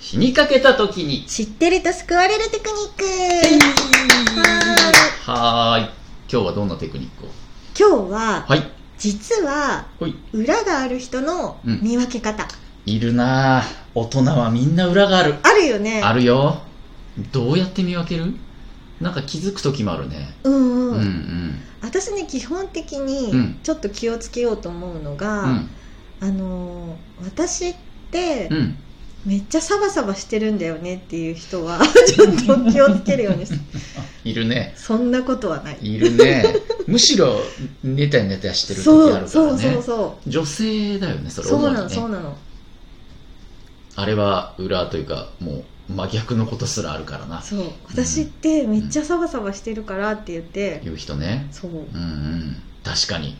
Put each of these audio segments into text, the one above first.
死にかけた時に。知ってると救われるテクてニいックはーい。今日はどんなテクニックを今日ははい。実はほい。裏がある人の見分け方、いるなぁ。大人はみんな裏がある。あるよねあるよ。どうやって見分けるなんか気づく時もあるね。うんううんん、うん。私ね基本的うんにちょっと気をつけようと思うのうが、ん。あのー私ってうん。めっちゃサバサバしてるんだよねっていう人は ちょっと気をつけるようにし いるね。そんなことはないいる ね。むしろ、ネタネタしてる時そうあるかそらうそうね。そ女性だよね、そうれそう主になのそうね。なのあれは裏というか、もう真逆のことすらあるからな。そう私ってめっちゃサバサバしてるからって言って、いう人ね。そううんうん。確かに。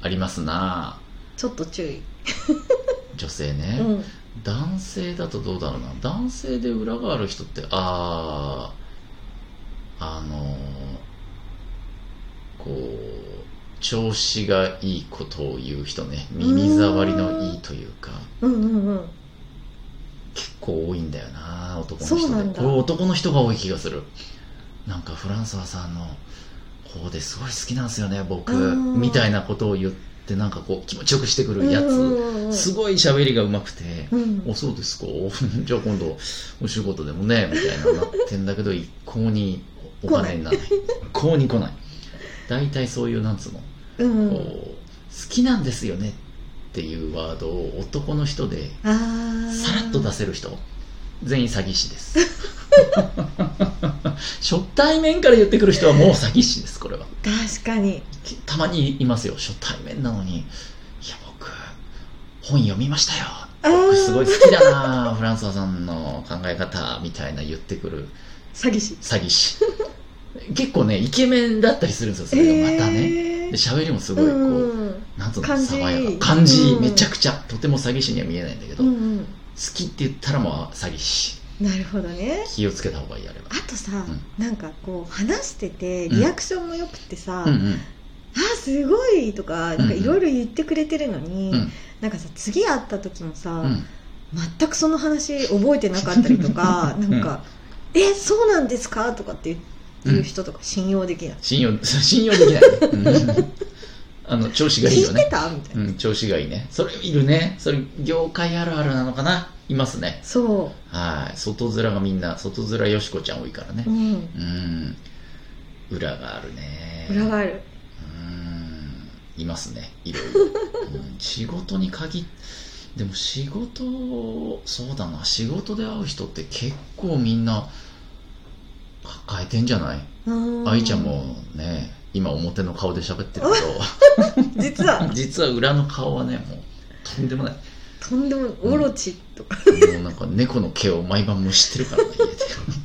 ありますなぁ。ちょっと注意女性ね、うん男性だとどうだろうな男性で裏がある人ってあああのーこう調子がいいことを言う人ね耳障りのいいというかうんうんうん結構多いんだよな男のそうな人んでだこれ男の人が多い気がするなんかフランソワさんの方ですごい好きなんですよね僕あーみたいなことを言ってなんかこう気持ちよくしてくうんるやつ、うんうんすごい喋りが上手くてうんおそうですか じゃあ今度お仕事でもねみたいななってんだけど一向にお金にならない一向に来ない大体そういうなんつうの、うんうこうん好きなんですよねっていうワードを男の人でああさらっと出せる人全員詐欺師です 初対面から言ってくる人はもう詐欺師ですこれは確かにたまにいますよ初対面なのに「いや僕本読みましたよ」僕すごい好きだな フランソワさんの考え方みたいな言ってくる詐欺師詐欺師 結構ねイケメンだったりするんですよそれがまたね、えーで喋りもすごいこう、うんなんつうの感じ爽やか感じうんめちゃくちゃとても詐欺師には見えないんだけど、うんう好んきって言ったらもう詐欺師なるほどね気をつけた方がいいあればあとさ、うなんかこう話しててリアクションもよくてさ「うんあーすごい」とかなんかいろいろ言ってくれてるのに、うんなんかさ次会った時もさ、うんうん全くその話覚えてなかったりと かなんか「えそうなんですか?」とかって言う人とか信用できない、信用 信用できない、ね、うん あの調子がいい聞よいねてたみたいな、うん、調子がいいね。それいるね。それ、業界あるあるなのかないますね。そはい。外面がみんな、外面よしこちゃん多いからねう、う。ん、うん。裏があるね。裏があるうん。いますね。いろい ろ。うん、仕事に限っでも仕事を、そうだな。仕事で会う人って結構みんな抱えてんじゃない愛ちゃんもね、今表の顔で喋ってるけど。実 は実は裏の顔はねもうとんでもないとんでもないオロチとか、もうなんか猫の毛を毎晩蒸してるからね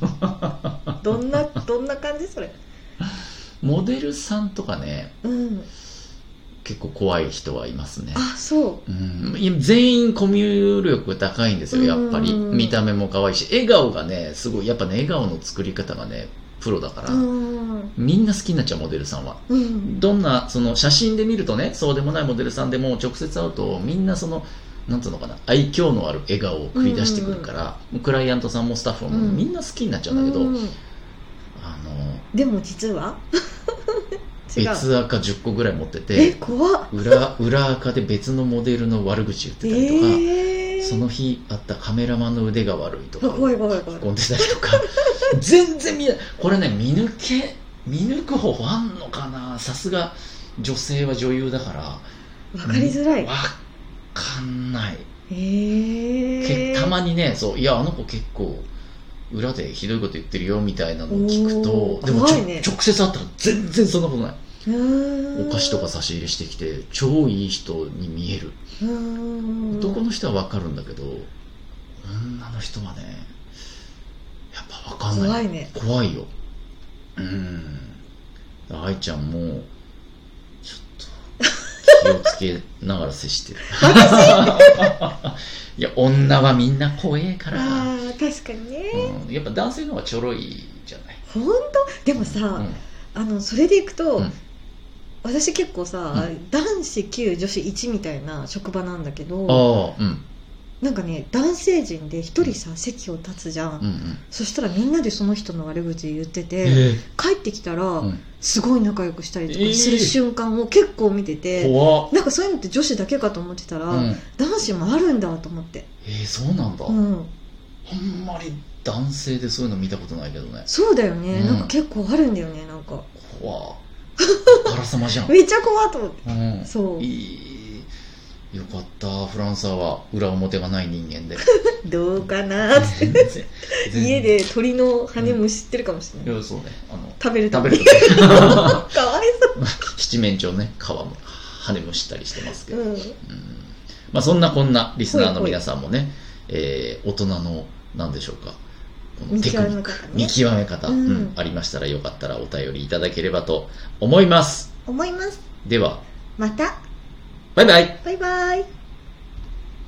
家でどんなどんな感じそれモデルさんとかねうん結構怖い人はいますねあそううん、いや全員コミュ力高いんですよやっぱりうん見た目も可愛いし笑顔がねすごいやっぱね笑顔の作り方がねプロだから、うんみんな好きになっちゃうモデルさんはうんどんなその写真で見るとねそうでもないモデルさんでも直接会うとみんなそのなんていうのかな愛嬌のある笑顔を繰り出してくるから、もうクライアントさんもスタッフもうんみんな好きになっちゃうんだけど、うんあのでも実は 違う別赤10個ぐらい持ってえて怖っ裏裏赤で別のモデルの悪口言ってたりとか、えー、その日あったカメラマンの腕が悪いとかあ怖い怖い怖い込んでたりと か全然見ないこれね見抜け見抜く方法あんのかなさすが女性は女優だから。わかりづらい、わかんない、えけー、たまにねそういやあの子結構裏でひどいこと言ってるよみたいなのを聞くとおーでもちょ怖いね直接会ったら全然そんなことないうーんお菓子とか差し入れしてきて超いい人に見えるうーん男の人は分かるんだけど女の人はねやっぱ分かんない怖いね怖いようん愛ちゃんもちょっと気をつけながら接してる いや女はみんな怖えから、あー確かにねうん、やっぱ男性の方がちょろいじゃない本当でもさ、あのそれでいくと、うん私結構さ、う男子9女子1みたいな職場なんだけうん、どああうんなんかね男性陣で一人さ席を立つじゃん、うんうんそしたらみんなでその人の悪口言ってて、え帰ってきたら、ーうんすごい仲良くしたりとえーかする瞬間を結構見てて、怖っなんかそういうのって女子だけかと思ってたら、うん男子もあるんだと思って、えーそうなんだうほん、んまに男性でそういうの見たことないけどねそうだよね、うんなんか結構あるんだよねなんか怖っ あからさまじゃんめっちゃ怖いと思ってうんそういいよかったフランサーは裏表がない人 間でどうかなって全然家で鳥の羽も知ってるかもしれない、いやそうねあの食べるた食べめるにとき かわい七面鳥ね皮も羽もしたりしてますけそう、ど、ううん、んまあ、そんなこんなリスナーの皆さんもね、えー大人の何でしょうかこの見テク極ニめック方ね見極め方、うんうんありましたらよかったらお便りいただければと思います思いますではまたバイバイバイバイ